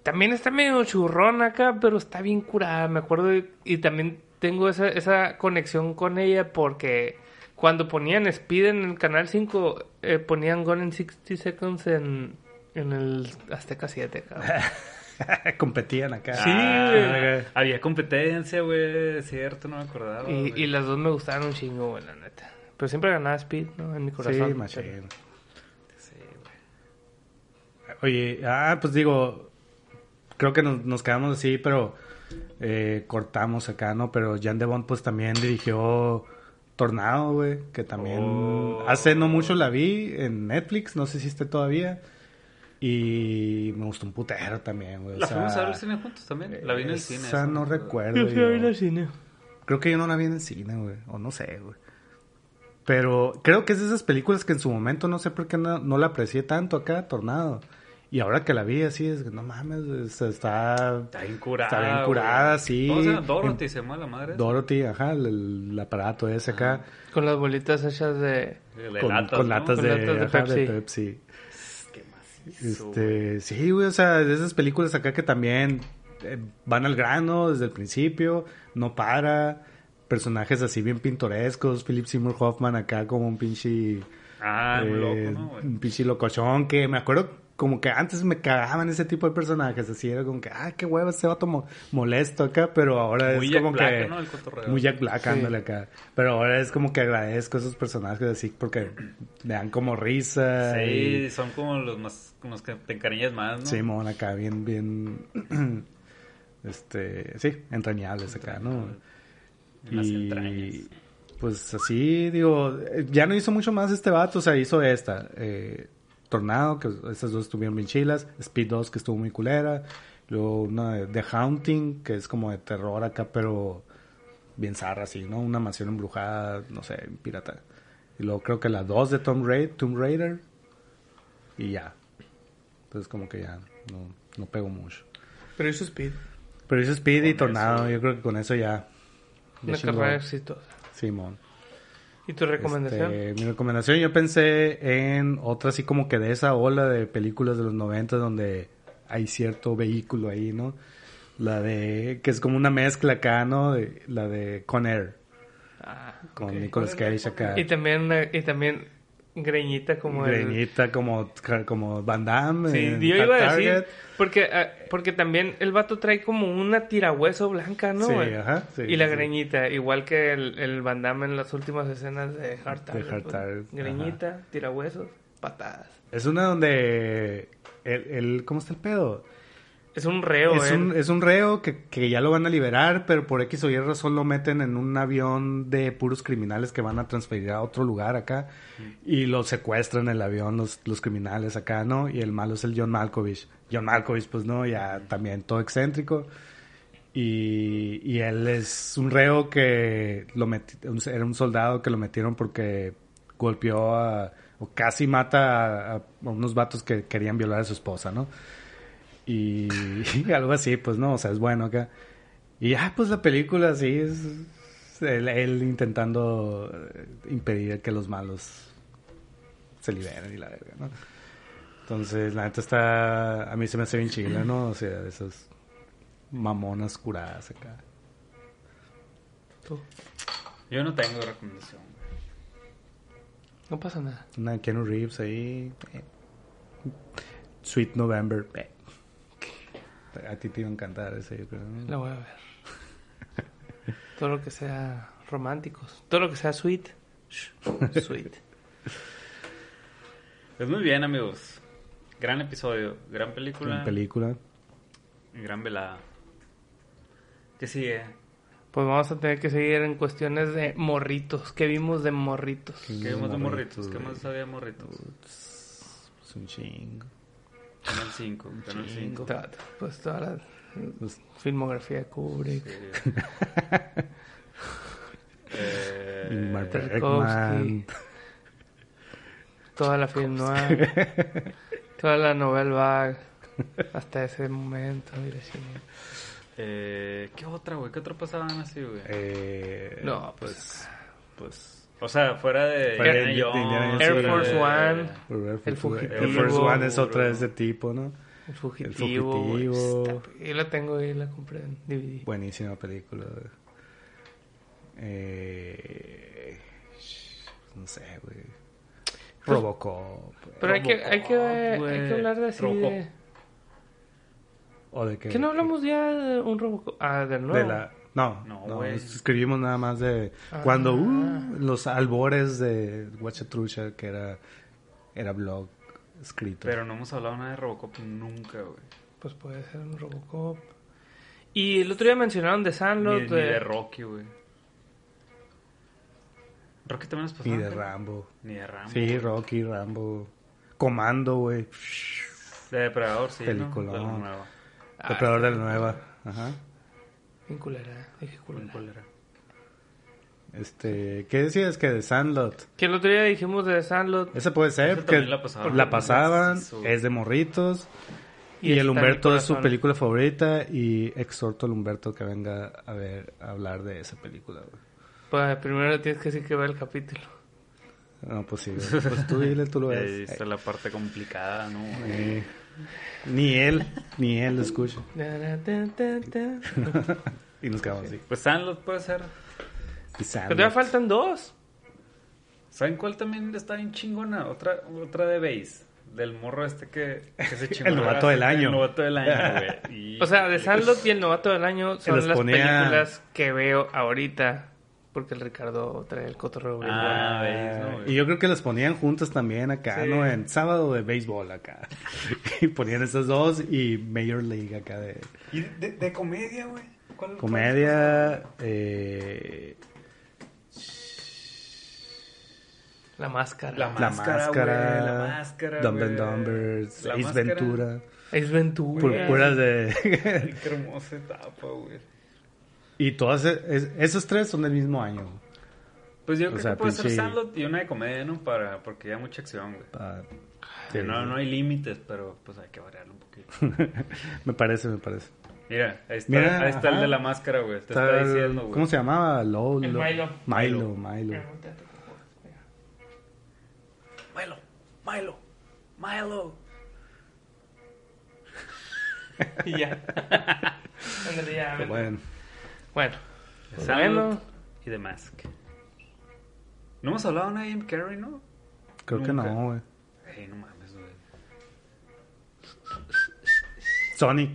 También está medio churrón acá, pero está bien curada, me acuerdo. Y, y también tengo esa, esa conexión con ella porque cuando ponían Speed en el canal 5, eh, ponían Gone in 60 Seconds en, en el Azteca 7, cabrón.
Competían acá. Ah,
Sí,
güey.
Ah, Había competencia, güey, es cierto, no me acordaba.
Y,
güey.
y las dos me gustaban un chingo, güey, la neta. Pero siempre ganaba Speed, ¿no? En mi corazón.
Sí, machín.
Pero-
Sí, güey.
Oye, ah, pues digo, creo que nos, nos quedamos así, pero eh, cortamos acá, ¿no? Pero Jan de Bond, pues también dirigió Tornado, güey, que también
Oh.
hace no mucho la vi en Netflix, no sé si esté todavía. Y me gustó un putero también, güey. o
¿La
sea,
fuimos a ver al cine juntos también? La vi en el
esa
cine.
no
me acuerdo.
recuerdo.
Yo fui a
yo.
ver al cine.
Creo que yo no la vi en el cine, güey. O no sé, güey. Pero creo que es de esas películas que en su momento no sé por qué no, no la aprecié tanto acá, Tornado. Y ahora que la vi así, es que no mames, o sea, está
Está bien curada.
Está bien
güey.
curada, sí.
¿Cómo se llama? Dorothy, se llama la madre.
Dorothy, ajá, el, el aparato ese acá.
Con las bolitas hechas de...
Ah, De
con,
latas,
con
¿no?
latas
Con
de,
latas de
ajá, de
Pepsi.
Pepsi.
Qué macizo, güey.
Este, sí, güey, o sea, de esas películas acá que también eh, van al grano desde el principio, no para. Personajes así bien pintorescos, Philip Seymour Hoffman acá como un pinche...
Ah, un
eh,
loco, ¿no, güey?
un pinche locochón que me acuerdo como que antes me cagaban ese tipo de personajes, así era como que, ah, qué hueva ese vato mo- molesto acá, pero ahora
Muy
es
Jack
como
Black,
que...
¿no? El cotorreo.
Muy Jack Black,
Sí.
ándale acá. Pero ahora es como que agradezco a esos personajes así porque me dan como risa. y-
Sí, son como los más, como los que te encariñas más, ¿no?
Simón acá, bien, bien, este, sí, entrañables acá, ¿no?
En las
Y,
entrañas.
Pues así, digo, eh, ya no hizo mucho más este vato, o sea, hizo esta, eh, Tornado, que esas dos estuvieron bien chilas, Speed 2, que estuvo muy culera, luego una de The Haunting, que es como de terror acá, pero bien zarra, así, ¿no? Una mansión embrujada, no sé, pirata. Y luego creo que la 2 de Tomb Raider, Tomb Raider, y ya. Entonces como que ya no, no pegó mucho.
Pero hizo Speed.
Pero hizo Speed y
Con
Tornado,
eso.
yo creo que con eso ya. ya
Una
chingó.
carrera exitosa.
Simón.
¿Y tu recomendación?
Este, mi recomendación, yo pensé en otra así como que de esa ola de películas de los 90 donde hay cierto vehículo ahí, ¿no? La de, que es como una mezcla acá, ¿no? De- la de Con Air,
Ah,
con
ok.
Nicolas Cage acá.
Y también, una- y también Greñita como el...
Greñita como, como Van Damme.
Sí,
en
yo iba a
Target.
decir, porque, ah, porque también el vato trae como una tirahueso blanca, ¿no?
Sí,
güey?
ajá, sí,
y la
sí.
greñita, igual que el, el Van Damme en las últimas escenas de Hard Target.
Hard
pues.
Target, ajá.
Greñita, tirahuesos, patadas.
Es una donde... El, el- ¿Cómo está el pedo?
Es un reo,
es,
¿eh?
un, es un reo que, que ya lo van a liberar, pero por X o Y razón lo meten en un avión de puros criminales que van a transferir a otro lugar acá y lo secuestran el avión los, los criminales acá, ¿no? Y el malo es el John Malkovich. John Malkovich, pues, ¿no? Ya también todo excéntrico. Y, y él es un reo que lo meti- un- era un soldado que lo metieron porque golpeó a, o casi mata a, a unos vatos que querían violar a su esposa, ¿no? Y, y algo así, pues no, o sea, es bueno acá. Y ya, pues la película así es es él, él intentando eh, impedir que los malos se liberen y la verga, ¿no? Entonces, la neta está, a mí se me hace bien chila, ¿no? O sea, de esas mamonas curadas acá.
Tú.
Yo no tengo recomendación. güey.
No pasa nada.
Una de Keanu Reeves ahí. eh. Sweet November. eh. A ti te iba a encantar ese, yo creo, ¿no?
La voy a ver. Todo lo que sea románticos. Todo lo que sea sweet. shh, Sweet.
Pues muy bien, amigos. Gran episodio, gran película,
Una película.
y gran velada. ¿Qué sigue?
Pues vamos a tener que seguir en cuestiones de morritos. ¿Qué vimos de morritos?
¿Qué
Sí,
vimos de
morritos,
morritos? ¿Qué
Pues güey.
más había de morritos?
Es un chingo.
Canal 5, Canal 5.
Ta- ta- Pues toda la
Pues,
filmografía de Kubrick.
eh,
Tarkovsky.
Bergman.
Toda la film noir, toda la novel vague, hasta ese momento. mira, chingada.
eh, ¿Qué otra, güey? ¿Qué otra pasaban así, güey?
Eh,
No, pues,
pues.
O sea, fuera de
Fuera
Indiana
de- de Indiana
Jones,
Jones,
fuera
Air Force
de-
One.
Robert
El
Fugitivo.
fugitivo.
El First One es otra de ese tipo, ¿no?
el fugitivo. güey,
fugitivo.
está- Yo la tengo y la compré en DVD.
Buenísima película. Eh, no sé, güey. Robocop. güey.
Pero hay que, hay, que,
Robocop,
hay
güey.
que hablar de así
Robocop.
de...
¿O de qué?
¿Que no hablamos ya de un Robocop? Ah, del nuevo.
De la... No,
No,
no,
güey.
escribimos nada más de
Ah.
cuando uh, los albores de Guachatrucha, que era, era blog escrito.
Pero no hemos hablado nada de Robocop nunca, güey.
Pues puede ser un Robocop. Y el otro día mencionaron de
Ni,
Sandlot.
ni de Rocky, güey. Rocky también nos pasaba.
y de
pero-
Rambo.
Ni de Rambo.
Sí, Rocky, Rambo. Comando, güey.
De Depredador, sí. ¿no?
Peliculón.
De la nueva.
Ah,
Depredador de la Nueva. Ajá.
bien culera, dije culera.
Este, ¿qué decías que de Sandlot?
Que el otro día dijimos de Sandlot.
Esa puede
Esa
ser, que
también la
la
pasaban.
pasaban,
Sí, su-
es de morritos.
Y
Y, el
está en mi
Humberto es su
corazón.
película favorita y exhorto al Humberto que venga a ver a hablar de esa película. güey.
Pues primero tienes que decir que vea el capítulo.
No, pues sí, güey. pues tú dile, tú lo
Ahí
ves.
está la parte complicada, ¿no?
Eh, ni él, ni él lo escucha.
Na, na, ta, ta, ta.
Y nos quedamos así.
Pues Sandlot puede ser.
Y
Pero todavía
Sandlot.
faltan dos.
¿Saben cuál también está bien chingona? Otra, otra de Base. Del morro este que, que se chingó.
El novato del año.
El novato del año, güey. Y-
O sea, de Sandlot y El Novato del Año son
los
las
ponía-
películas que veo ahorita. Porque el Ricardo trae el cotorreo. bien bueno.
Ah, Bates, ¿no, güey?
y yo creo que las ponían juntas también acá,
Sí.
¿no? En sábado de béisbol acá. y ponían esas dos y Major League acá de
¿Y de, de comedia, güey? ¿Cuál-
comedia. Eh,
La máscara.
La
La
Máscara,
máscara,
güey, La Máscara,
Dumb
güey.
and Dumbers,
La
Ace
Máscara.
Ventura,
Es Ventura.
Purpuras
cuál?
de...
Ay, qué hermosa etapa, güey.
y todas e- es- esos tres son del mismo año.
Pues yo
O
creo
sea,
que puede ser
pinche-
Sandlot y una de comedia, ¿no? Para, porque ya mucha acción, güey.
Pa-
Que
sí,
no,
sí.
no hay límites, pero pues hay que variarlo un poquito.
Me parece, me parece.
Mira, ahí está,
Mira,
ahí está el
ajá.
de la máscara, güey. Te
Está
está
el-
diciendo, güey.
¿Cómo se llamaba? Low,
El Milo.
Milo, Milo.
Milo, Milo, Milo.
Y ya. Ándale, ya,
Pero
vete.
Bueno,
Bueno. Pues
Sandlot
bueno.
y The Mask. No hemos hablado de Jim Carrey, ¿no?
Creo que
Nunca.
no, güey.
Ey, no mames, güey.
Sonic.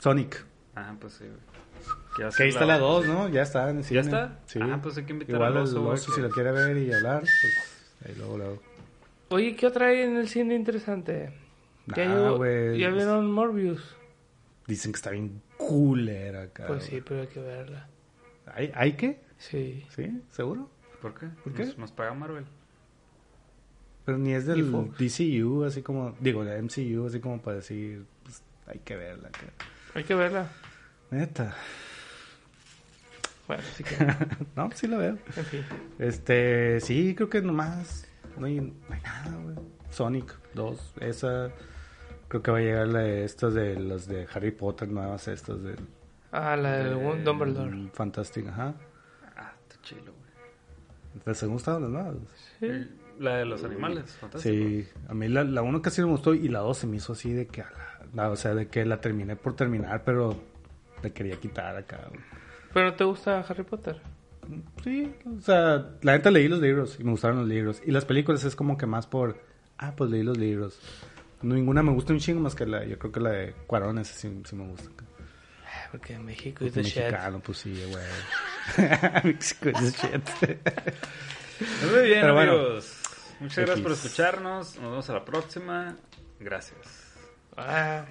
Sonic.
Ah, pues sí, güey. Que ya
Que ahí
se
está la 2, ¿no? Ya está en el
¿Ya
cine.
está?
Sí.
Ah, pues hay que invitar
Igual
al oso,
el
güey,
oso,
que-
si lo quiere ver y hablar, pues ahí luego, luego.
Oye, ¿qué otra hay en el cine interesante? Ya,
Nah,
llegó-
Ah, güey.
ya vieron Morbius.
Dicen que está bien culera acá.
Pues sí,
Ah, güey.
pero hay que verla.
¿Hay, ¿Hay qué?
Sí.
¿Sí? ¿Seguro?
¿Por qué?
¿Por qué?
Nos, nos paga Marvel.
Pero ni es del
Y Fox.
DCU, así como... Digo, de MCU, así como para decir... Pues, hay que verla acá.
Hay que verla.
Neta.
Bueno, sí que.
no, pues sí la veo.
En fin.
Este, sí, creo que nomás. No hay, no hay nada, güey. Sonic 2, esa. Creo que va a llegar la de estas de las de Harry Potter nuevas, estas de.
Ah, la del Wun- Dumbledore.
Eh, mm, Fantastic, ajá.
Ah, está chilo, güey.
¿Les han gustado las nuevas?
Sí.
La de los animales, fantástico.
Sí, a mí la, la uno casi no me gustó y la dos se me hizo así de que. a la- la- o sea, de que la terminé por terminar, pero la quería quitar acá, güey.
Pero no te gusta Harry Potter.
Sí, o sea, la neta leí los libros y me gustaron los libros. Y las películas es como que más por, ah, pues leí los libros. Ninguna me gusta un chingo más que la, yo creo que la de Cuarón, esa sí, sí me gusta.
Ah, Porque en México es the shit.
Mexicano, pues sí, güey. México is the shit.
Pues Muy bien,
Pero bueno.
amigos. Muchas gracias por
X.
escucharnos. Nos vemos a la próxima. Gracias.
Ah.